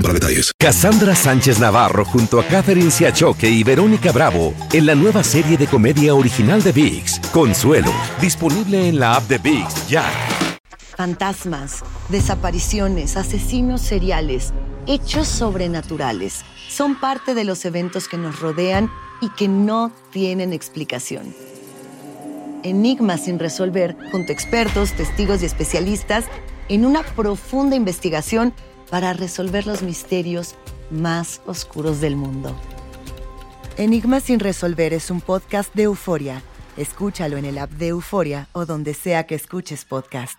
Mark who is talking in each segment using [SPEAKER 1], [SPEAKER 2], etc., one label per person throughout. [SPEAKER 1] para detalles.
[SPEAKER 2] Cassandra Sánchez Navarro junto a Catherine Siachoque y Verónica Bravo en la nueva serie de comedia original de VIX, Consuelo, disponible en la app de VIX ya.
[SPEAKER 3] Fantasmas, desapariciones, asesinos seriales, hechos sobrenaturales son parte de los eventos que nos rodean y que no tienen explicación. Enigmas sin resolver, junto a expertos, testigos y especialistas, en una profunda investigación para resolver los misterios más oscuros del mundo. Enigmas sin resolver es un podcast de euforia. Escúchalo en el app de Euforia o donde sea que escuches podcasts.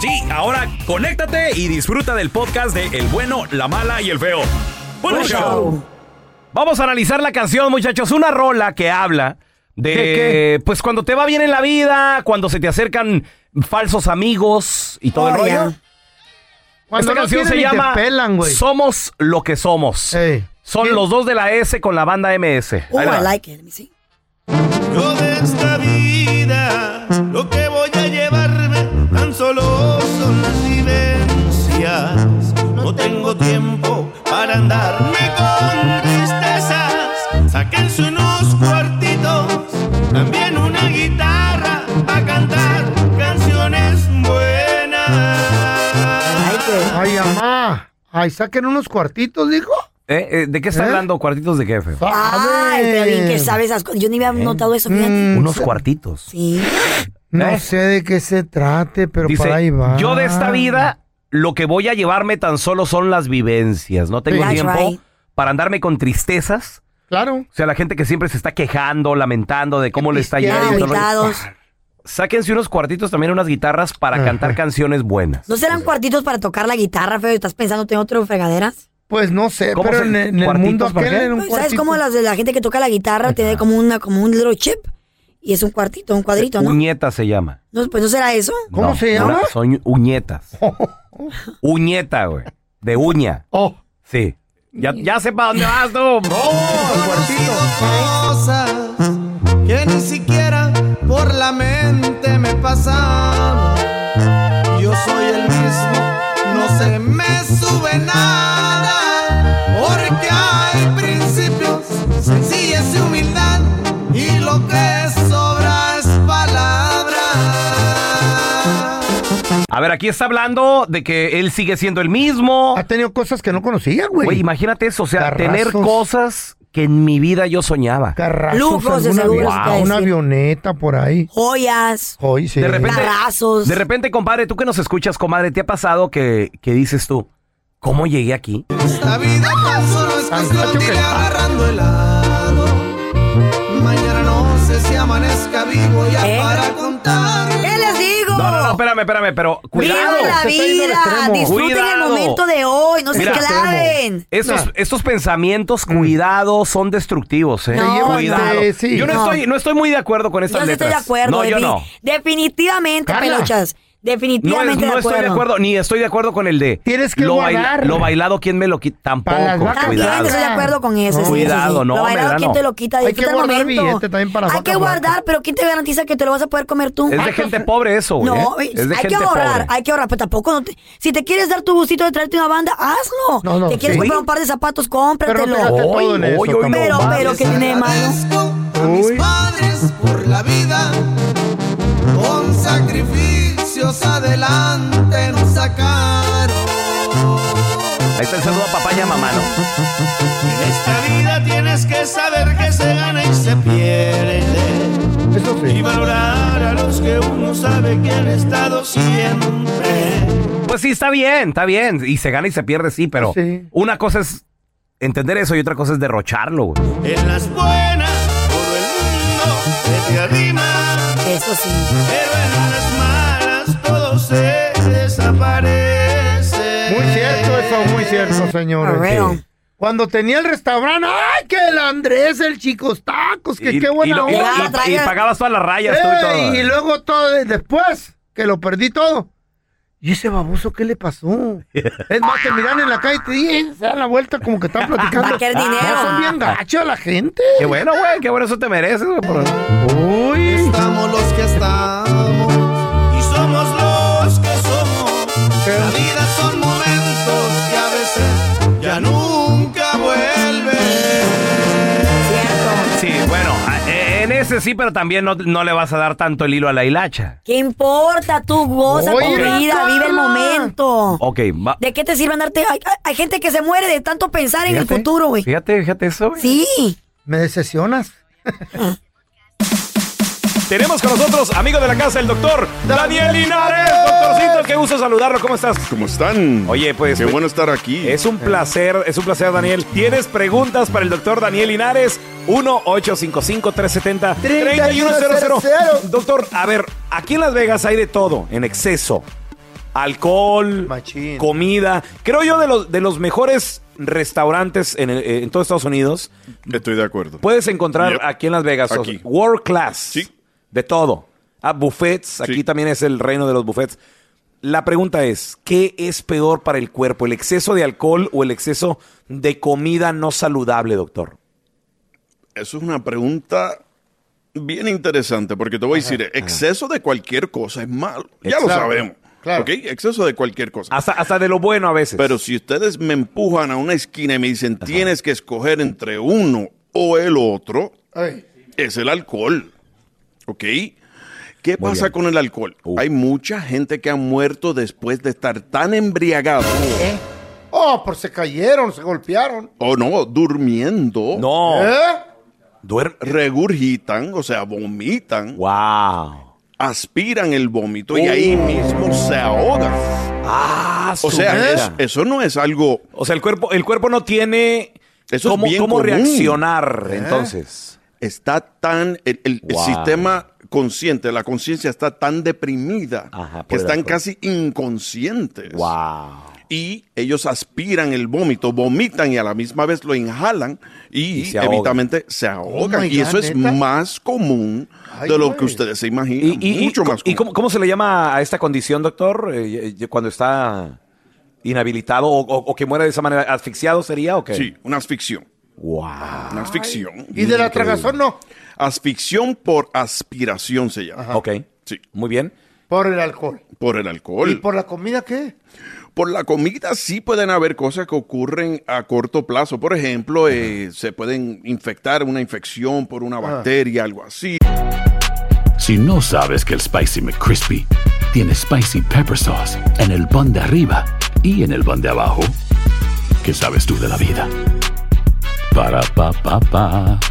[SPEAKER 4] Sí, ahora conéctate y disfruta del podcast de El bueno, la mala y el feo. Buen
[SPEAKER 5] Buen
[SPEAKER 4] show.
[SPEAKER 5] show.
[SPEAKER 6] Vamos a analizar la canción, muchachos. Una rola que habla de, pues, cuando te va bien en la vida, cuando se te acercan falsos amigos y todo el
[SPEAKER 5] Oh, ya.
[SPEAKER 6] rollo.
[SPEAKER 5] Cuando
[SPEAKER 6] Esta
[SPEAKER 5] no
[SPEAKER 6] canción se
[SPEAKER 5] quieren ni te
[SPEAKER 6] llama
[SPEAKER 5] pelan, güey.
[SPEAKER 6] Somos lo que somos. Son los dos de la S con la banda MS. Ahí
[SPEAKER 7] Oh,
[SPEAKER 6] va.
[SPEAKER 7] I like it. Let me see.
[SPEAKER 8] Yo de esta vida, lo que voy a llevarme tan solo son las vivencias. No tengo tiempo para andarme con tristezas. Sáquense unos cuartitos, también una guitarra para cantar canciones
[SPEAKER 7] pues.
[SPEAKER 8] buenas.
[SPEAKER 5] Ay, mamá. Ay, saquen unos cuartitos, dijo.
[SPEAKER 6] Eh, eh, ¿De qué está
[SPEAKER 5] ¿Eh?
[SPEAKER 6] hablando cuartitos de qué, feo?
[SPEAKER 7] Ay, pero bien que sabes esas cosas. Yo ni había notado eso, fíjate.
[SPEAKER 5] Mm.
[SPEAKER 6] Unos cuartitos.
[SPEAKER 7] Sí.
[SPEAKER 5] No
[SPEAKER 6] ¿Eh?
[SPEAKER 5] sé de qué se trate, pero para ahí
[SPEAKER 6] Dice,
[SPEAKER 5] va.
[SPEAKER 6] yo de esta vida lo que voy a llevarme tan solo son las vivencias. No tengo
[SPEAKER 7] That's
[SPEAKER 6] tiempo
[SPEAKER 7] right.
[SPEAKER 6] para andarme con tristezas.
[SPEAKER 5] Claro.
[SPEAKER 6] O sea, la gente que siempre se está quejando, lamentando de cómo le está
[SPEAKER 5] Ya,
[SPEAKER 7] Ya,
[SPEAKER 6] yendo. y todo el rollo.
[SPEAKER 7] invitados.
[SPEAKER 6] Sáquense unos cuartitos, también unas guitarras para
[SPEAKER 5] Ajá.
[SPEAKER 6] cantar canciones buenas.
[SPEAKER 7] ¿No serán cuartitos para tocar la guitarra, feo? ¿Estás pensando en otro fregaderas?
[SPEAKER 5] Pues no sé,
[SPEAKER 6] ¿Cómo
[SPEAKER 5] pero
[SPEAKER 6] se-
[SPEAKER 5] en, en el
[SPEAKER 6] cuartitos
[SPEAKER 5] mundo
[SPEAKER 6] para
[SPEAKER 5] aquel
[SPEAKER 6] qué?
[SPEAKER 5] era un
[SPEAKER 7] Pues, ¿Sabes
[SPEAKER 5] cuartito.
[SPEAKER 7] cómo las de la gente que toca la guitarra tiene como una como un little chip? Y es un cuartito, un cuadrito, ¿no?
[SPEAKER 6] Uñeta se llama.
[SPEAKER 7] No, Pues no será eso.
[SPEAKER 5] ¿Cómo
[SPEAKER 6] No,
[SPEAKER 5] se llama?
[SPEAKER 6] una- son uñetas. Uñeta, güey. De uña.
[SPEAKER 5] Oh,
[SPEAKER 6] Sí. Ya, ya sepa dónde vas tú.
[SPEAKER 8] cosas que ni siquiera por la mente me pasaban. Yo soy el mismo, no se me sube nada, porque hay principios, sencillez y humildad, y lo que sobra es palabra.
[SPEAKER 6] A ver, aquí está hablando de que él sigue siendo el mismo.
[SPEAKER 5] ha tenido cosas que no conocía, güey.
[SPEAKER 6] Güey, imagínate eso. O sea,
[SPEAKER 5] Carrazos.
[SPEAKER 6] tener cosas que en mi vida yo soñaba.
[SPEAKER 5] Carrazos,
[SPEAKER 7] Lujos de
[SPEAKER 5] alguna
[SPEAKER 7] seguro,
[SPEAKER 5] avi-
[SPEAKER 7] se te
[SPEAKER 5] una
[SPEAKER 7] decía.
[SPEAKER 5] avioneta por ahí.
[SPEAKER 7] Joyas,
[SPEAKER 5] Hoy sí.
[SPEAKER 6] De repente,
[SPEAKER 7] carrazos.
[SPEAKER 6] de repente, compadre, tú que nos escuchas, comadre, ¿te ha pasado que, que dices tú, ¿cómo llegué aquí?
[SPEAKER 8] La vida tan solo es
[SPEAKER 5] Tan
[SPEAKER 8] cuestión
[SPEAKER 5] gacho
[SPEAKER 8] de
[SPEAKER 5] que
[SPEAKER 8] ir
[SPEAKER 5] está.
[SPEAKER 8] agarrando helado. Mañana no sé si amanezca vivo ya
[SPEAKER 7] ¿Eh?
[SPEAKER 8] para contar.
[SPEAKER 7] ¿Qué les digo?
[SPEAKER 6] No, no, no, espérame, espérame, pero cuidado.
[SPEAKER 7] Vivan la
[SPEAKER 5] se está yendo al
[SPEAKER 7] vida,
[SPEAKER 5] extremo.
[SPEAKER 7] disfruten el
[SPEAKER 6] Cuidado.
[SPEAKER 7] momento de hoy, no se
[SPEAKER 6] Mira,
[SPEAKER 7] claven.
[SPEAKER 6] Estos,
[SPEAKER 5] Nah.
[SPEAKER 6] estos pensamientos, cuidado, son destructivos, ¿eh?
[SPEAKER 7] Te llevan
[SPEAKER 6] cuidado.
[SPEAKER 5] Mm. de- sí.
[SPEAKER 6] Yo no,
[SPEAKER 7] No.
[SPEAKER 6] Estoy, no estoy muy de acuerdo con estas
[SPEAKER 7] Yo sí estoy de
[SPEAKER 6] letras.
[SPEAKER 7] acuerdo.
[SPEAKER 6] No, yo
[SPEAKER 7] defini-
[SPEAKER 6] no.
[SPEAKER 7] Definitivamente,
[SPEAKER 5] Carla.
[SPEAKER 7] pelochas.
[SPEAKER 6] No, es-
[SPEAKER 7] Definitivamente
[SPEAKER 6] no
[SPEAKER 7] de
[SPEAKER 6] estoy de acuerdo, ni estoy de acuerdo con el de. Tienes
[SPEAKER 7] que
[SPEAKER 6] lo
[SPEAKER 7] guardar.
[SPEAKER 6] lo bailado, ¿quién me lo quita?
[SPEAKER 5] las
[SPEAKER 6] Tampoco,
[SPEAKER 5] vacas
[SPEAKER 7] También
[SPEAKER 6] cuidado.
[SPEAKER 7] estoy de acuerdo con eso. sí, sí,
[SPEAKER 6] Cuidado,
[SPEAKER 7] sí.
[SPEAKER 6] no,
[SPEAKER 7] Lo bailado,
[SPEAKER 6] me da,
[SPEAKER 7] ¿quién
[SPEAKER 6] no.
[SPEAKER 7] te lo quita?
[SPEAKER 5] Hay que
[SPEAKER 7] Disfruta el
[SPEAKER 5] guardar
[SPEAKER 7] momento.
[SPEAKER 5] billete también para
[SPEAKER 7] Hay
[SPEAKER 5] vacas
[SPEAKER 7] que guardar, pero ¿quién te garantiza que te lo vas a poder comer tú?
[SPEAKER 6] Es de gente pobre eso, güey.
[SPEAKER 7] pues, No,
[SPEAKER 6] ¿eh? es de
[SPEAKER 7] hay que
[SPEAKER 6] gente
[SPEAKER 7] ahorrar,
[SPEAKER 6] pobre.
[SPEAKER 7] hay que ahorrar, pero tampoco no te- si te quieres dar tu gustito de traerte una banda, hazlo.
[SPEAKER 6] No, no,
[SPEAKER 7] te quieres
[SPEAKER 6] sí.
[SPEAKER 7] comprar un par de zapatos, cómpratelo.
[SPEAKER 6] Pero no te gastes Oy, todo en oy, eso, oy, no
[SPEAKER 7] pero,
[SPEAKER 6] mames.
[SPEAKER 7] pero que tiene de malo.
[SPEAKER 8] a mis padres por la vida. Con sacrificios adelante nos sacaron.
[SPEAKER 6] Ahí está el saludo a papá y a mamá, ¿no?
[SPEAKER 8] En esta vida tienes que saber que se gana y se pierde. Y valorar a los que uno sabe que han estado siempre.
[SPEAKER 6] Pues sí, está bien, está bien. Y se gana y se pierde, sí, pero una cosa es entender eso y otra cosa es derrocharlo, güey.
[SPEAKER 8] En las buenas, todo el mundo se te arrima.
[SPEAKER 7] Eso sí.
[SPEAKER 8] Pero en las malas, todo se desaparece.
[SPEAKER 5] Muy cierto eso, muy cierto, señores.
[SPEAKER 8] Arreo.
[SPEAKER 5] Sí. Cuando tenía el restaurante, ¡ay, que el Andrés, el Chicos Tacos, que
[SPEAKER 6] Y-
[SPEAKER 5] qué buena
[SPEAKER 6] y lo- y-
[SPEAKER 5] onda!
[SPEAKER 6] y- y pagabas todas las rayas, todo y
[SPEAKER 5] Ey,
[SPEAKER 6] todo.
[SPEAKER 5] y luego todo, y después, que lo perdí todo. ¿Y ese baboso qué le pasó? Es más, te miran en la calle y te dicen, se dan la vuelta como que están platicando.
[SPEAKER 6] Va a querer dinero.
[SPEAKER 5] No, son bien gachos la gente.
[SPEAKER 6] Qué bueno, güey, qué bueno eso te mereces, güey. por-
[SPEAKER 5] Uy.
[SPEAKER 8] Estamos los que estamos y somos los que somos. La vida son momentos que a veces ya nunca vuelven.
[SPEAKER 6] Sí, bueno, a- eh, en ese sí, pero también no, no le vas a dar tanto el hilo a la hilacha.
[SPEAKER 7] ¿Qué importa? Tú goza
[SPEAKER 6] Oye,
[SPEAKER 7] tu vida,
[SPEAKER 6] Carla.
[SPEAKER 7] vive el momento.
[SPEAKER 6] Ok, va-
[SPEAKER 7] ¿De qué te sirve andarte? Hay, hay- hay gente que se muere de tanto pensar en el
[SPEAKER 5] Fíjate.
[SPEAKER 7] futuro, güey.
[SPEAKER 6] Fíjate, fíjate eso, güey.
[SPEAKER 7] Sí.
[SPEAKER 5] Me decepcionas.
[SPEAKER 6] Tenemos con nosotros, amigo de la casa, el doctor Daniel Linares. Doctorcito, qué gusto saludarlo. ¿Cómo estás?
[SPEAKER 9] ¿Cómo están?
[SPEAKER 6] Oye, pues.
[SPEAKER 9] Qué bueno estar aquí.
[SPEAKER 6] Es un placer, es un placer, Daniel. ¿Tienes preguntas para el doctor Daniel Linares? 1-855-370-3100. Doctor, a ver, aquí en Las Vegas hay de todo, en exceso. Alcohol, comida. Creo yo de los, de los mejores restaurantes en, el- en todo Estados Unidos.
[SPEAKER 9] Estoy de acuerdo.
[SPEAKER 6] Puedes encontrar
[SPEAKER 9] Yep.
[SPEAKER 6] aquí en Las Vegas. o sea,
[SPEAKER 9] Aquí.
[SPEAKER 6] World class. De todo. Ah, buffets. Aquí también es el reino de los buffets. La pregunta es, ¿qué es peor para el cuerpo? ¿El exceso de alcohol o el exceso de comida no saludable, doctor?
[SPEAKER 9] Eso es una pregunta bien interesante, porque te voy a decir, exceso de cualquier cosa es malo. Ya lo
[SPEAKER 6] Exacto.
[SPEAKER 9] sabemos.
[SPEAKER 6] Claro.
[SPEAKER 9] ¿ok? Exceso de cualquier cosa.
[SPEAKER 6] Hasta, hasta de lo bueno a veces.
[SPEAKER 9] Pero si ustedes me empujan a una esquina y me dicen, tienes que escoger entre uno o el otro, es el alcohol. ¿Ok? ¿Qué pasa con el alcohol?
[SPEAKER 6] Uh.
[SPEAKER 9] Hay mucha gente que ha muerto después de estar tan embriagado.
[SPEAKER 5] Oh, pues se cayeron, se golpearon.
[SPEAKER 9] O no, durmiendo.
[SPEAKER 6] No.
[SPEAKER 5] ¿Eh?
[SPEAKER 9] Regurgitan, o sea, vomitan.
[SPEAKER 6] Wow.
[SPEAKER 9] Aspiran el vómito y ahí mismo se ahogan.
[SPEAKER 6] Oh. Ah,
[SPEAKER 9] O
[SPEAKER 6] su
[SPEAKER 9] sea,
[SPEAKER 6] mecha.
[SPEAKER 9] es- eso no es algo.
[SPEAKER 6] O sea, el cuerpo, el cuerpo no tiene
[SPEAKER 9] Eso es
[SPEAKER 6] cómo,
[SPEAKER 9] bien
[SPEAKER 6] cómo
[SPEAKER 9] común.
[SPEAKER 6] reaccionar
[SPEAKER 9] ¿Eh?
[SPEAKER 6] entonces.
[SPEAKER 9] Está tan. El, el- el
[SPEAKER 6] Wow.
[SPEAKER 9] sistema consciente, la conciencia está tan deprimida que
[SPEAKER 6] por el
[SPEAKER 9] están
[SPEAKER 6] alcohol.
[SPEAKER 9] casi inconscientes.
[SPEAKER 6] Wow.
[SPEAKER 9] Y ellos aspiran el vómito, vomitan y a la misma vez lo inhalan y,
[SPEAKER 6] se ahogan.
[SPEAKER 9] evidentemente se ahogan.
[SPEAKER 6] Oh my
[SPEAKER 9] y
[SPEAKER 6] God,
[SPEAKER 9] eso es
[SPEAKER 6] ¿neta?
[SPEAKER 9] más común
[SPEAKER 6] Ay,
[SPEAKER 9] de lo
[SPEAKER 6] güey.
[SPEAKER 9] que ustedes se imaginan.
[SPEAKER 6] ¿Y, y- y
[SPEAKER 9] mucho
[SPEAKER 6] co-
[SPEAKER 9] más
[SPEAKER 6] ¿y cómo, cómo se le llama a esta condición, doctor? Eh, eh, cuando está inhabilitado o, o- o que muere de esa manera, ¿asfixiado sería o qué?
[SPEAKER 9] Sí, una asfixia.
[SPEAKER 6] Wow.
[SPEAKER 9] Una asfixión.
[SPEAKER 5] ¿Y de la tragazón no?
[SPEAKER 9] Asfixión por aspiración se llama.
[SPEAKER 6] Ok.
[SPEAKER 9] Sí.
[SPEAKER 6] Muy bien.
[SPEAKER 5] Por el alcohol.
[SPEAKER 9] Por el alcohol.
[SPEAKER 5] ¿Y por la comida qué?
[SPEAKER 9] Por la comida sí pueden haber cosas que ocurren a corto plazo. Por ejemplo, eh, se pueden infectar una infección por
[SPEAKER 5] Ah.
[SPEAKER 9] una bacteria, algo así.
[SPEAKER 10] Si no sabes que el Spicy McCrispy tiene Spicy Pepper Sauce en el pan de arriba y en el pan de abajo, ¿qué sabes tú de la vida? Para, pa, pa, pa.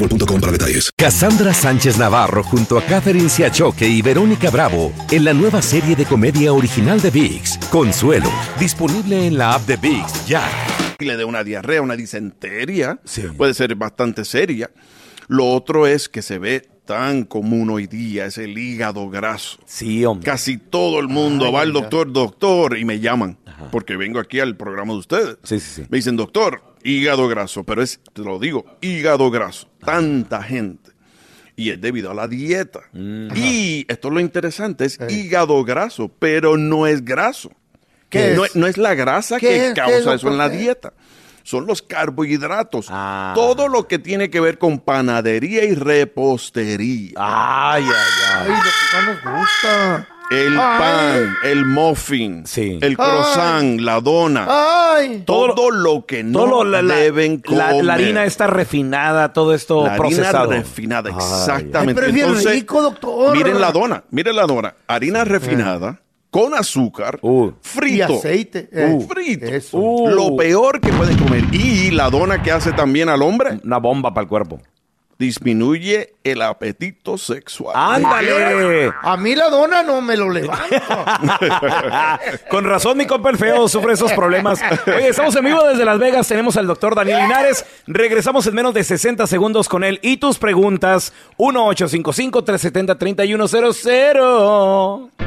[SPEAKER 1] Boostmobile.com para detalles.
[SPEAKER 2] Cassandra Sánchez Navarro junto a Catherine Siachoque y Verónica Bravo en la nueva serie de comedia original de VIX, Consuelo, disponible en la app de VIX ya.
[SPEAKER 9] y le dé una diarrea, una disentería, puede ser bastante seria. Lo otro es que se ve tan común hoy día, es el hígado graso.
[SPEAKER 6] Sí, hombre.
[SPEAKER 9] Casi todo el mundo
[SPEAKER 6] Ay,
[SPEAKER 9] va al
[SPEAKER 6] mira.
[SPEAKER 9] doctor, doctor, y me llaman, porque vengo aquí al programa de ustedes. Me dicen, doctor, hígado graso, pero es, te lo digo, hígado graso, tanta gente. Y es debido a la dieta.
[SPEAKER 6] Mm.
[SPEAKER 9] Y esto es lo interesante, es hígado graso, pero no es graso.
[SPEAKER 11] ¿Qué
[SPEAKER 9] no,
[SPEAKER 11] es?
[SPEAKER 9] no es la grasa
[SPEAKER 11] ¿Qué es?
[SPEAKER 9] que
[SPEAKER 11] ¿Qué
[SPEAKER 9] causa
[SPEAKER 11] es,
[SPEAKER 9] eso en la
[SPEAKER 11] doctor? ¿Qué?
[SPEAKER 9] dieta. Son los carbohidratos.
[SPEAKER 6] Ah.
[SPEAKER 9] Todo lo que tiene que ver con panadería y repostería.
[SPEAKER 6] Ay, ay,
[SPEAKER 5] Ay, no nos gusta.
[SPEAKER 9] El
[SPEAKER 5] Ay.
[SPEAKER 9] pan, el muffin, el croissant, la dona.
[SPEAKER 5] Ay.
[SPEAKER 9] Todo, lo que no
[SPEAKER 6] todo lo- la- la-
[SPEAKER 9] deben comer.
[SPEAKER 6] la- la harina está refinada, todo esto
[SPEAKER 9] La harina
[SPEAKER 6] procesado.
[SPEAKER 9] refinada,
[SPEAKER 6] Ay,
[SPEAKER 9] exactamente.
[SPEAKER 5] Ay, pero bien
[SPEAKER 9] Entonces,
[SPEAKER 5] rico, doctor.
[SPEAKER 9] miren la dona, miren la dona. Harina refinada, con azúcar, frito.
[SPEAKER 5] Y aceite, eh.
[SPEAKER 9] Uh, frito. Lo peor que pueden comer. Y la dona que hace también al hombre.
[SPEAKER 6] Una bomba para el cuerpo.
[SPEAKER 9] Disminuye el apetito sexual.
[SPEAKER 6] ¡Ándale!
[SPEAKER 5] A mí la dona no me lo levanta.
[SPEAKER 6] Con razón, mi compa el feo sufre esos problemas. Oye, estamos en vivo desde Las Vegas. Tenemos al doctor Daniel Linares. Regresamos en menos de 60 segundos con él. Y tus preguntas, 1-855-370-3100.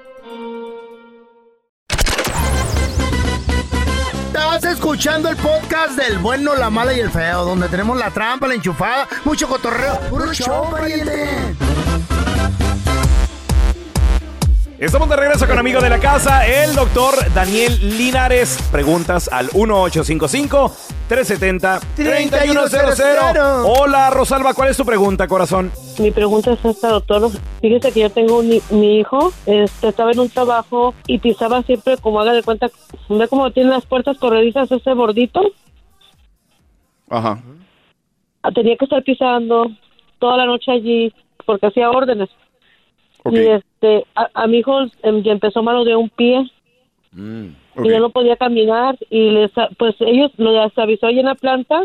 [SPEAKER 5] Estás escuchando el podcast del bueno, la mala y el feo, donde tenemos la trampa, la enchufada, mucho cotorreo. ¡Puro show, pariente!
[SPEAKER 6] Estamos de regreso con amigo de la casa, el doctor Daniel Linares. Preguntas al 1855-370-3100. Hola, Rosalba, ¿cuál es tu pregunta, corazón?
[SPEAKER 12] Mi pregunta es esta, doctor. Fíjese que yo tengo un, hi- mi hijo, este, estaba en un trabajo y pisaba siempre, como haga de cuenta, ve como tiene las puertas corredizas ese bordito.
[SPEAKER 9] Ajá.
[SPEAKER 12] Ah, Tenía que estar pisando toda la noche allí porque hacía órdenes.
[SPEAKER 9] Ok.
[SPEAKER 12] Y este, a, a mi hijo em, ya empezó malo de un pie
[SPEAKER 9] Ok.
[SPEAKER 12] y ya no podía caminar y les, a- pues ellos lo les avisó ahí en la planta.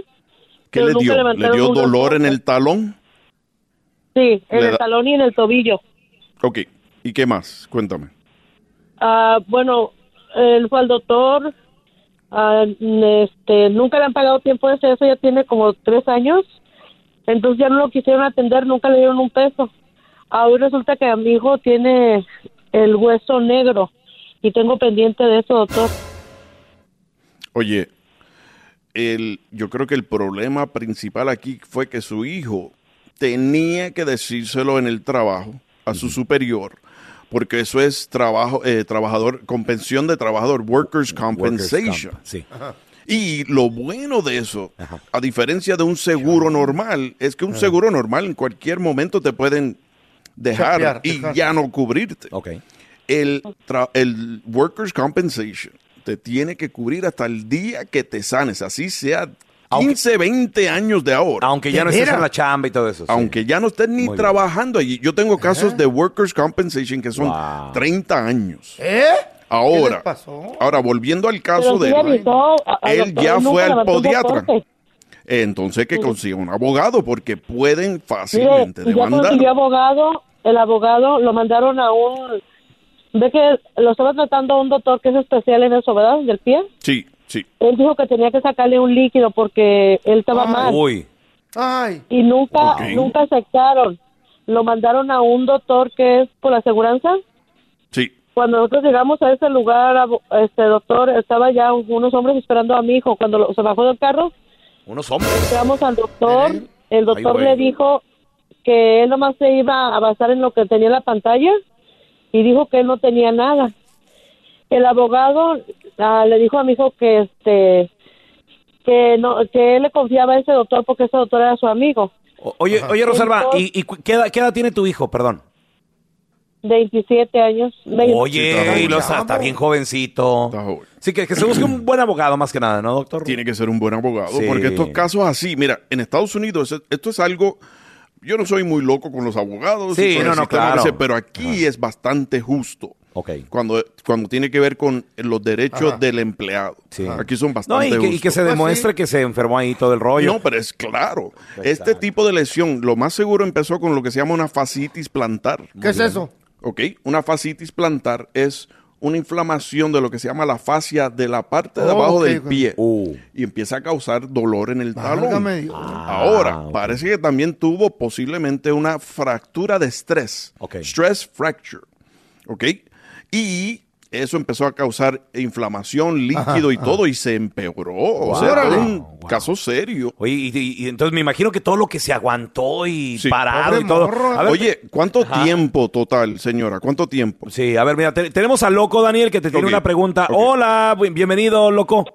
[SPEAKER 9] ¿Qué
[SPEAKER 12] pero
[SPEAKER 9] le
[SPEAKER 12] nunca
[SPEAKER 9] dio? ¿Le
[SPEAKER 12] levantaron
[SPEAKER 9] dio
[SPEAKER 12] una
[SPEAKER 9] dolor en el talón?
[SPEAKER 12] Sí, en
[SPEAKER 9] Le
[SPEAKER 12] el
[SPEAKER 9] da-
[SPEAKER 12] talón y en el tobillo.
[SPEAKER 9] Ok. ¿Y qué más? Cuéntame.
[SPEAKER 12] Ah, bueno, él fue al doctor. ah, este, nunca le han pagado tiempo ese, eso ya tiene como tres años. Entonces ya no lo quisieron atender, nunca le dieron un peso. Ahora resulta que mi hijo tiene el hueso negro y tengo pendiente de eso, doctor.
[SPEAKER 9] Oye, el, yo creo que el problema principal aquí fue que su hijo tenía que decírselo en el trabajo a su superior, porque eso es trabajo, eh, trabajador, compensación de trabajador, workers' compensation. Y lo bueno de eso, a diferencia de un seguro normal, es que un seguro normal en cualquier momento te pueden dejar
[SPEAKER 11] Chapear,
[SPEAKER 9] y
[SPEAKER 11] dejar.
[SPEAKER 9] ya no cubrirte. El, tra- el workers' compensation te tiene que cubrir hasta el día que te sanes, así sea 15, 20 años de ahora.
[SPEAKER 6] Aunque ya no estés en la chamba y todo eso. sí.
[SPEAKER 9] Aunque ya no estés ni
[SPEAKER 6] bien.
[SPEAKER 9] trabajando allí. Yo tengo casos de workers' compensation que son 30 años.
[SPEAKER 5] ¿Eh?
[SPEAKER 9] Ahora,
[SPEAKER 5] les pasó?
[SPEAKER 9] ahora volviendo al caso
[SPEAKER 12] Pero sí
[SPEAKER 9] de
[SPEAKER 12] le
[SPEAKER 9] él,
[SPEAKER 12] avisó a- al
[SPEAKER 9] él
[SPEAKER 12] doctor
[SPEAKER 9] ya fue
[SPEAKER 12] y nunca
[SPEAKER 9] al
[SPEAKER 12] levantó un
[SPEAKER 9] podiatra.
[SPEAKER 12] reporte.
[SPEAKER 9] Entonces que consiga un abogado porque pueden
[SPEAKER 12] Mire, pues
[SPEAKER 9] fácilmente
[SPEAKER 12] ya consiguió
[SPEAKER 9] demandar.
[SPEAKER 12] abogado, el abogado lo mandaron a un... Ve que lo estaba tratando a un doctor que es especial en eso, ¿verdad? Del pie.
[SPEAKER 9] Sí, sí.
[SPEAKER 12] Él dijo que tenía que sacarle un líquido porque él estaba
[SPEAKER 9] Ah,
[SPEAKER 12] mal.
[SPEAKER 6] Uy.
[SPEAKER 5] Ay.
[SPEAKER 12] Y nunca, nunca aceptaron. Lo mandaron a un doctor que es por la aseguranza.
[SPEAKER 9] Sí.
[SPEAKER 12] Cuando nosotros llegamos a ese lugar, abo- este doctor, estaba ya unos hombres esperando a mi hijo. Cuando lo- se bajó del carro,
[SPEAKER 6] Unos hombres.
[SPEAKER 12] Entramos al doctor, el doctor
[SPEAKER 6] güey.
[SPEAKER 12] le dijo que él nomás se iba a basar en lo que tenía en la pantalla y dijo que él no tenía nada. El abogado ah, le dijo a mi hijo que este que no que él le confiaba a ese doctor porque ese doctor era su amigo.
[SPEAKER 6] O- Oye,
[SPEAKER 12] Ajá.
[SPEAKER 6] oye Rosalba, ¿y, y cu- qué, edad, qué edad tiene tu hijo? Perdón.
[SPEAKER 12] 27 años.
[SPEAKER 6] Oye, y lo- está, está bien jovencito. Sí, que, que se busque un buen abogado más que nada, ¿no, doctor?
[SPEAKER 9] Tiene que ser un buen abogado,
[SPEAKER 6] Sí.
[SPEAKER 9] porque estos casos así, mira, en Estados Unidos es- esto es algo, yo no soy muy loco con los abogados,
[SPEAKER 6] Sí,
[SPEAKER 9] y con el
[SPEAKER 6] no, no,
[SPEAKER 9] sistema que
[SPEAKER 6] claro.
[SPEAKER 9] sé, pero aquí es bastante justo. Cuando, cuando tiene que ver con los derechos
[SPEAKER 6] Ajá.
[SPEAKER 9] del empleado. Aquí son
[SPEAKER 6] No,
[SPEAKER 9] bastante
[SPEAKER 6] y que, y
[SPEAKER 9] justos.
[SPEAKER 6] que se
[SPEAKER 5] Pues
[SPEAKER 6] demuestre que se enfermó ahí todo el rollo.
[SPEAKER 9] No, pero es claro.
[SPEAKER 6] Exacto.
[SPEAKER 9] Este tipo de lesión, lo más seguro empezó con lo que se llama una fascitis plantar.
[SPEAKER 5] ¿Qué es eso?
[SPEAKER 9] Ok, una fascitis plantar es una inflamación de lo que se llama la fascia de la parte de
[SPEAKER 5] Oh,
[SPEAKER 9] abajo
[SPEAKER 5] ok,
[SPEAKER 9] del
[SPEAKER 5] ok.
[SPEAKER 9] pie
[SPEAKER 6] Oh.
[SPEAKER 9] y empieza a causar dolor en el talón. Ah,
[SPEAKER 5] Válgame Dios.
[SPEAKER 9] Ahora, parece que también tuvo posiblemente una fractura de estrés. Stress fracture. ¿Ok? Y eso empezó a causar inflamación, líquido
[SPEAKER 6] Ajá,
[SPEAKER 9] y
[SPEAKER 6] ajá.
[SPEAKER 9] todo, y se empeoró. O
[SPEAKER 6] Wow.
[SPEAKER 9] sea,
[SPEAKER 6] Oh, Órale.
[SPEAKER 9] un caso serio.
[SPEAKER 6] Oye, y, y- y entonces me imagino que todo lo que se aguantó y
[SPEAKER 9] Sí.
[SPEAKER 6] parado y
[SPEAKER 9] Pobre
[SPEAKER 6] todo.
[SPEAKER 9] morro. Oye, ¿cuánto tiempo total, señora? ¿Cuánto tiempo?
[SPEAKER 6] Sí, a ver, mira, te- tenemos a Loco Daniel que te tiene
[SPEAKER 9] Ok,
[SPEAKER 6] una pregunta. Hola, bu- bienvenido, Loco.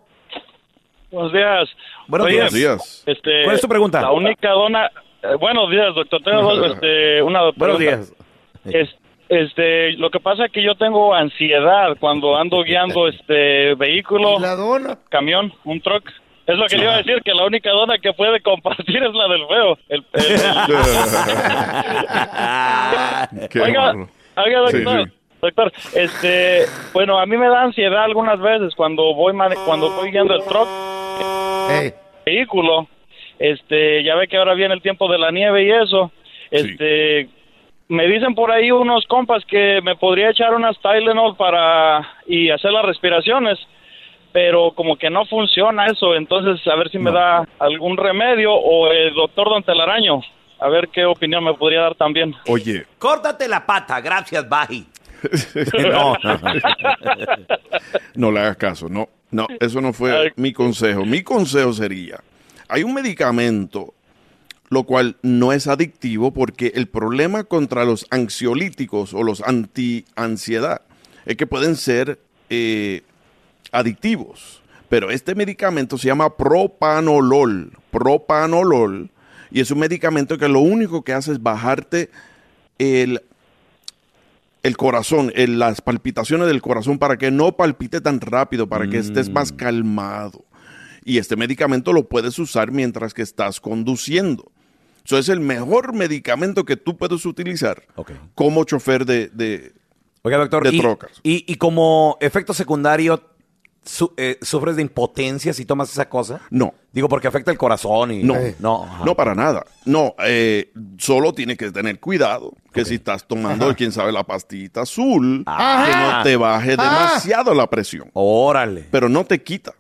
[SPEAKER 11] Buenos días.
[SPEAKER 6] Buenos
[SPEAKER 11] Oye,
[SPEAKER 6] días. días.
[SPEAKER 11] Este,
[SPEAKER 6] ¿Cuál es tu pregunta?
[SPEAKER 11] La única dona. eh, buenos días, doctor. Tengo dos, este, una
[SPEAKER 6] Buenos
[SPEAKER 11] pregunta.
[SPEAKER 6] días.
[SPEAKER 11] Es- este, lo que pasa es que yo tengo ansiedad cuando ando guiando este vehículo, camión, un truck. Es lo que le iba a decir, que la única dona que puede compartir es la del feo. El- el-
[SPEAKER 9] Qué
[SPEAKER 11] Oiga,
[SPEAKER 9] bárbaro.
[SPEAKER 11] oiga,
[SPEAKER 9] Sí,
[SPEAKER 11] doctor,
[SPEAKER 9] sí.
[SPEAKER 11] doctor, este, bueno, a mí me da ansiedad algunas veces cuando voy mane- cuando voy guiando el truck vehículo, este, ya ve que ahora viene el tiempo de la nieve y eso, este, me dicen por ahí unos compas que me podría echar unas Tylenol para y hacer las respiraciones, pero como que no funciona eso, entonces a ver si me da algún remedio o el doctor Don Telaraño, a ver qué opinión me podría dar también.
[SPEAKER 9] Oye,
[SPEAKER 6] Córtate la pata, gracias, Baji.
[SPEAKER 9] no, no le hagas caso, no, no, eso no fue mi consejo. Mi consejo sería, hay un medicamento, lo cual no es adictivo porque el problema contra los ansiolíticos o los anti-ansiedad es que pueden ser eh, adictivos. Pero este medicamento se llama propanolol, propanolol, y es un medicamento que lo único que hace es bajarte el, el corazón, el- las palpitaciones del corazón para que no palpite tan rápido, para que estés más calmado. Y este medicamento lo puedes usar mientras que estás conduciendo. Eso es el mejor medicamento que tú puedes utilizar como chofer de, de,
[SPEAKER 6] Oiga, doctor,
[SPEAKER 9] de
[SPEAKER 6] y,
[SPEAKER 9] troca.
[SPEAKER 6] y- y como efecto secundario, su- eh, ¿sufres de impotencia si tomas esa cosa?
[SPEAKER 9] No.
[SPEAKER 6] Digo, porque afecta el corazón y...
[SPEAKER 9] No,
[SPEAKER 6] No, ajá.
[SPEAKER 9] no para nada. No, eh, solo tienes que tener cuidado que si estás tomando,
[SPEAKER 6] Ajá.
[SPEAKER 9] quién sabe, la pastita azul, que
[SPEAKER 6] Ajá.
[SPEAKER 9] no te baje
[SPEAKER 6] Ah.
[SPEAKER 9] demasiado la presión.
[SPEAKER 6] Órale.
[SPEAKER 9] Pero no te quita.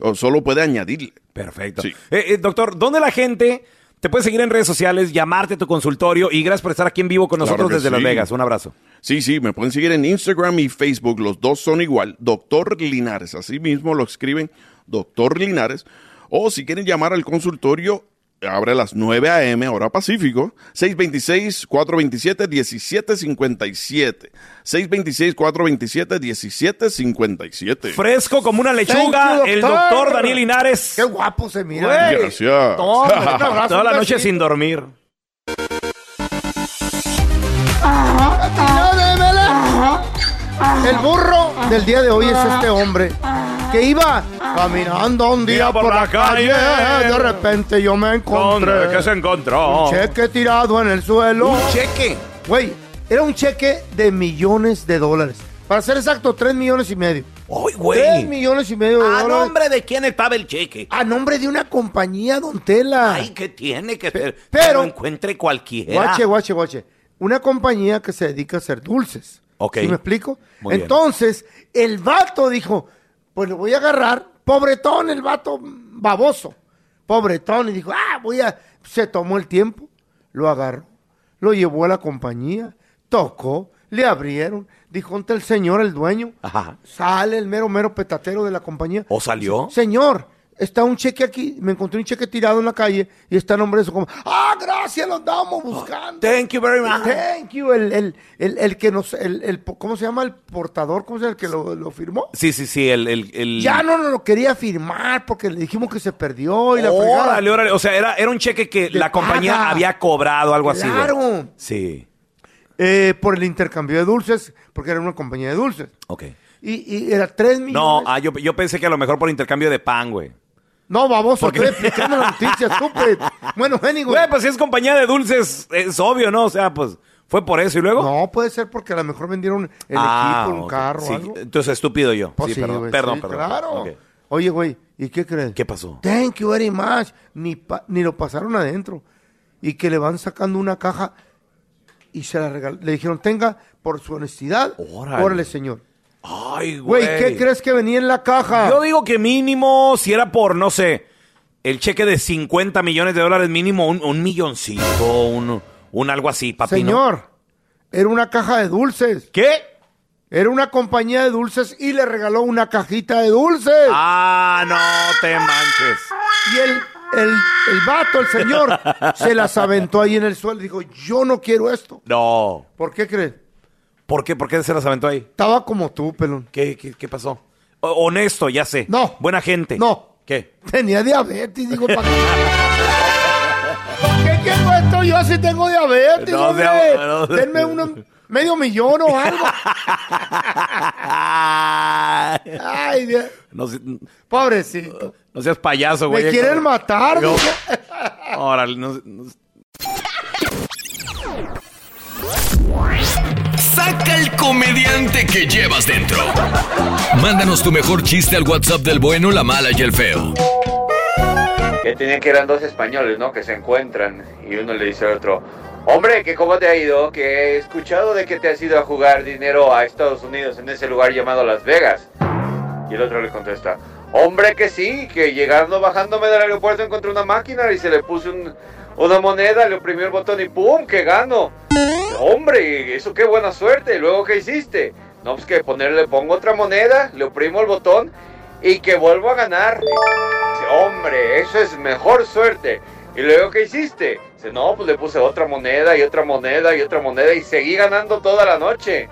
[SPEAKER 9] O solo puede añadirle.
[SPEAKER 6] Perfecto. Eh, eh, doctor, ¿dónde la gente te puede seguir en redes sociales, llamarte a tu consultorio? Y gracias por estar aquí en vivo con nosotros
[SPEAKER 9] Claro que
[SPEAKER 6] desde
[SPEAKER 9] sí.
[SPEAKER 6] Las Vegas. Un abrazo.
[SPEAKER 9] Sí, sí, me pueden seguir en Instagram y Facebook. Los dos son igual. Doctor Linares. Así mismo lo escriben Doctor Linares. O si quieren llamar al consultorio, abre a las 9 a.m., hora Pacífico, 626-427-1757. 626-427-1757.
[SPEAKER 6] Fresco como una lechuga, el doctor Daniel Linares. Qué
[SPEAKER 5] guapo se mira. eh.
[SPEAKER 6] Güey.
[SPEAKER 9] Gracias.
[SPEAKER 6] No, hombre, un abrazo, Toda la
[SPEAKER 5] un
[SPEAKER 6] noche
[SPEAKER 5] besito.
[SPEAKER 6] sin dormir.
[SPEAKER 5] El burro del día de hoy es este hombre que iba caminando un día por, la calle. De repente yo me encontré.
[SPEAKER 6] ¿Qué se encontró?
[SPEAKER 5] Un cheque tirado en el suelo.
[SPEAKER 6] Oh. ¿Un cheque?
[SPEAKER 5] Güey, era un cheque de millones de dólares. Para ser exacto, tres millones y medio.
[SPEAKER 6] ¡Uy, güey!
[SPEAKER 5] Tres millones y medio de
[SPEAKER 6] ¿A
[SPEAKER 5] dólares.
[SPEAKER 6] nombre de quién estaba el cheque?
[SPEAKER 5] A nombre de una compañía, don Tela.
[SPEAKER 6] Ay, que tiene que ser.
[SPEAKER 5] Ah. pero-
[SPEAKER 6] Que lo encuentre cualquiera.
[SPEAKER 5] Guache, guache, guache. Una compañía que se dedica a hacer dulces.
[SPEAKER 6] Ok.
[SPEAKER 5] ¿Sí me explico?
[SPEAKER 6] Muy bien.
[SPEAKER 5] Entonces, el vato dijo, pues lo voy a agarrar. Pobretón, el vato baboso. Pobretón. Y dijo, ah, voy a... Se tomó el tiempo, lo agarró, lo llevó a la compañía, tocó, le abrieron. Dijo, ante el señor, el dueño.
[SPEAKER 6] Ajá.
[SPEAKER 5] Sale el mero, mero petatero de la compañía.
[SPEAKER 6] ¿O salió?
[SPEAKER 5] Señor, está un cheque aquí, me encontré un cheque tirado en la calle y está el hombre de eso como, ah, gracias, lo andamos buscando.
[SPEAKER 6] Oh, Thank you very much.
[SPEAKER 5] Thank you, el, el, el, el que nos, el, el- ¿cómo se llama? El portador, ¿cómo se llama? El que lo, lo firmó.
[SPEAKER 6] Sí, sí, sí, el... el, el-
[SPEAKER 5] Ya no nos lo quería firmar porque le dijimos que se perdió y la fregada.
[SPEAKER 6] Órale, órale. O sea, era, era un cheque que la compañía
[SPEAKER 5] paga.
[SPEAKER 6] había cobrado, algo así. güey.
[SPEAKER 5] Claro.
[SPEAKER 6] Sí,
[SPEAKER 5] Eh, por el intercambio de dulces, porque era una compañía de dulces.
[SPEAKER 6] ok.
[SPEAKER 5] Y, y era tres millones.
[SPEAKER 6] No, ah, yo, yo pensé que a lo mejor por intercambio de pan, güey.
[SPEAKER 5] No, baboso, estoy explicando la noticia, estúpido. Bueno, anyway.
[SPEAKER 6] Güey, pues si es compañía de dulces, es obvio, ¿no? O sea, pues fue por eso y luego.
[SPEAKER 5] No, puede ser porque a lo mejor vendieron el
[SPEAKER 6] Ah,
[SPEAKER 5] equipo, un
[SPEAKER 6] ok.
[SPEAKER 5] carro,
[SPEAKER 6] Sí, eh,
[SPEAKER 5] algo.
[SPEAKER 6] Entonces, estúpido yo.
[SPEAKER 5] Pues
[SPEAKER 6] sí,
[SPEAKER 5] sí,
[SPEAKER 6] perdón,
[SPEAKER 5] güey,
[SPEAKER 6] perdón,
[SPEAKER 5] sí,
[SPEAKER 6] perdón.
[SPEAKER 5] claro.
[SPEAKER 6] Ok.
[SPEAKER 5] Oye, güey, ¿y qué crees?
[SPEAKER 6] ¿Qué pasó?
[SPEAKER 5] Thank you very much. Ni, pa- ni lo pasaron adentro. Y que le van sacando una caja y se la regal- Le dijeron, tenga, por su honestidad,
[SPEAKER 6] Órale.
[SPEAKER 5] órale, señor.
[SPEAKER 6] Ay, güey.
[SPEAKER 5] Güey, ¿qué crees que venía en la caja?
[SPEAKER 6] Yo digo que mínimo, si era por, no sé, el cheque de 50 millones de dólares, mínimo un, un milloncito, un, un algo así, papi. ¿no?
[SPEAKER 5] Señor, era una caja de dulces.
[SPEAKER 6] ¿Qué?
[SPEAKER 5] Era una compañía de dulces y le regaló una cajita de dulces.
[SPEAKER 6] Ah, no te manches.
[SPEAKER 5] Y el, el, el vato, el señor, se las aventó ahí en el suelo. Dijo, yo no quiero esto.
[SPEAKER 6] No.
[SPEAKER 5] ¿Por qué crees?
[SPEAKER 6] ¿Por qué? ¿Por qué se las aventó ahí?
[SPEAKER 5] Estaba como tú, pelón.
[SPEAKER 6] ¿Qué, qué, qué pasó? O- honesto, ya sé.
[SPEAKER 5] No.
[SPEAKER 6] Buena gente.
[SPEAKER 5] No.
[SPEAKER 6] ¿Qué?
[SPEAKER 5] Tenía diabetes, digo, ¿para qué? ¿Para qué quiero esto? Yo así tengo diabetes,
[SPEAKER 6] No,
[SPEAKER 5] hombre.
[SPEAKER 6] no, no.
[SPEAKER 5] Denme uno, medio millón o algo. Ay, Dios.
[SPEAKER 6] No, se-
[SPEAKER 5] pobrecito.
[SPEAKER 6] no seas payaso, güey.
[SPEAKER 5] Me quieren matar,
[SPEAKER 6] No.
[SPEAKER 5] dije.
[SPEAKER 6] Órale, no, no-
[SPEAKER 13] Saca el comediante que llevas dentro. Mándanos tu mejor chiste al WhatsApp del bueno, la mala y el feo.
[SPEAKER 14] que tenían que eran dos españoles, ¿no? Que se encuentran y uno le dice al otro, hombre, que cómo te ha ido, que he escuchado de que te has ido a jugar dinero a Estados Unidos en ese lugar llamado Las Vegas. Y el otro le contesta, hombre, que sí, que llegando, bajándome del aeropuerto encontré una máquina y se le puse un- una moneda, le oprimí el botón y ¡pum! que gano. Hombre, eso qué buena suerte. ¿Luego qué hiciste? No, pues que ponerle, pongo otra moneda, le oprimo el botón y que vuelvo a ganar. Dice, hombre, eso es mejor suerte. ¿Y luego qué hiciste? Dice, no, pues le puse otra moneda y otra moneda y otra moneda y seguí ganando toda la noche.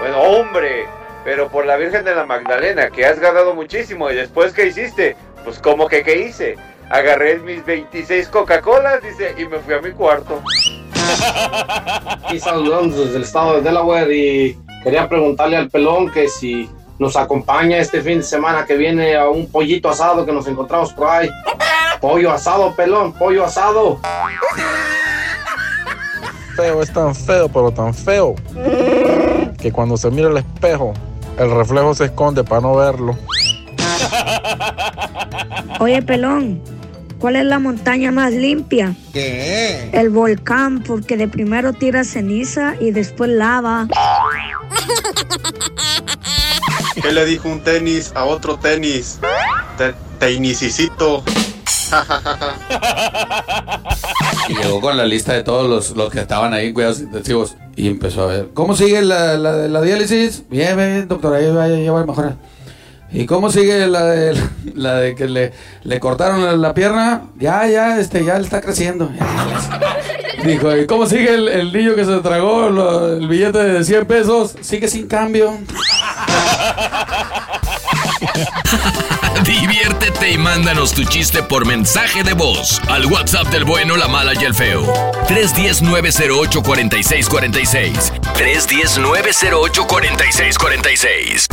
[SPEAKER 14] Bueno, hombre, pero por la Virgen de la Magdalena, que has ganado muchísimo. ¿Y después qué hiciste? Pues como que qué hice. Agarré mis 26 Coca-Colas, dice, y me fui a mi cuarto.
[SPEAKER 15] Aquí saludamos desde el estado de Delaware y quería preguntarle al pelón que si nos acompaña este fin de semana que viene a un pollito asado que nos encontramos por ahí. Pollo asado, pelón, pollo asado.
[SPEAKER 16] feo es tan feo, pero tan feo, que cuando se mira al espejo, el reflejo se esconde para no verlo.
[SPEAKER 17] Oye, pelón, ¿cuál es la montaña más limpia? ¿Qué? El volcán, porque de primero tira ceniza y después lava.
[SPEAKER 18] ¿Qué le dijo un tenis a otro tenis? Te, te inicicito.
[SPEAKER 19] Y llegó con la lista de todos los, los que estaban ahí en cuidados intensivos y empezó a ver. ¿Cómo sigue la, la- la diálisis? Bien, bien, bien, doctor, ahí va, ya va a mejorar. ¿Y cómo sigue la de, la de que le, le cortaron la, la pierna? Ya, ya, este, ya está creciendo. Dijo, ¿y cómo sigue el, el niño que se tragó lo- el billete de 100 pesos? Sigue sin cambio.
[SPEAKER 13] Diviértete y mándanos tu chiste por mensaje de voz al WhatsApp del bueno, la mala y el feo. 310-908-4646. 310-908-4646.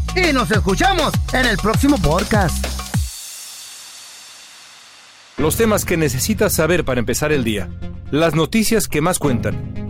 [SPEAKER 5] Y nos escuchamos en el próximo podcast.
[SPEAKER 20] Los temas que necesitas saber para empezar el día. Las noticias que más cuentan.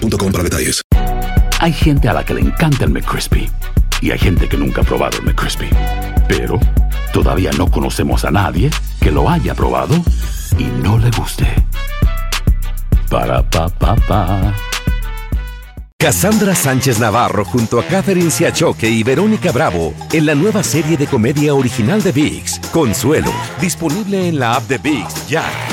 [SPEAKER 1] para detalles.
[SPEAKER 10] Hay gente a la que le encanta el McCrispy y hay gente que nunca ha probado el McCrispy. Pero todavía no conocemos a nadie que lo haya probado y no le guste. Para pa pa pa.
[SPEAKER 2] Cassandra Sánchez Navarro junto a Catherine Siachoque y Verónica Bravo en la nueva serie de comedia original de Vix, Consuelo, disponible en la app de Vix ya.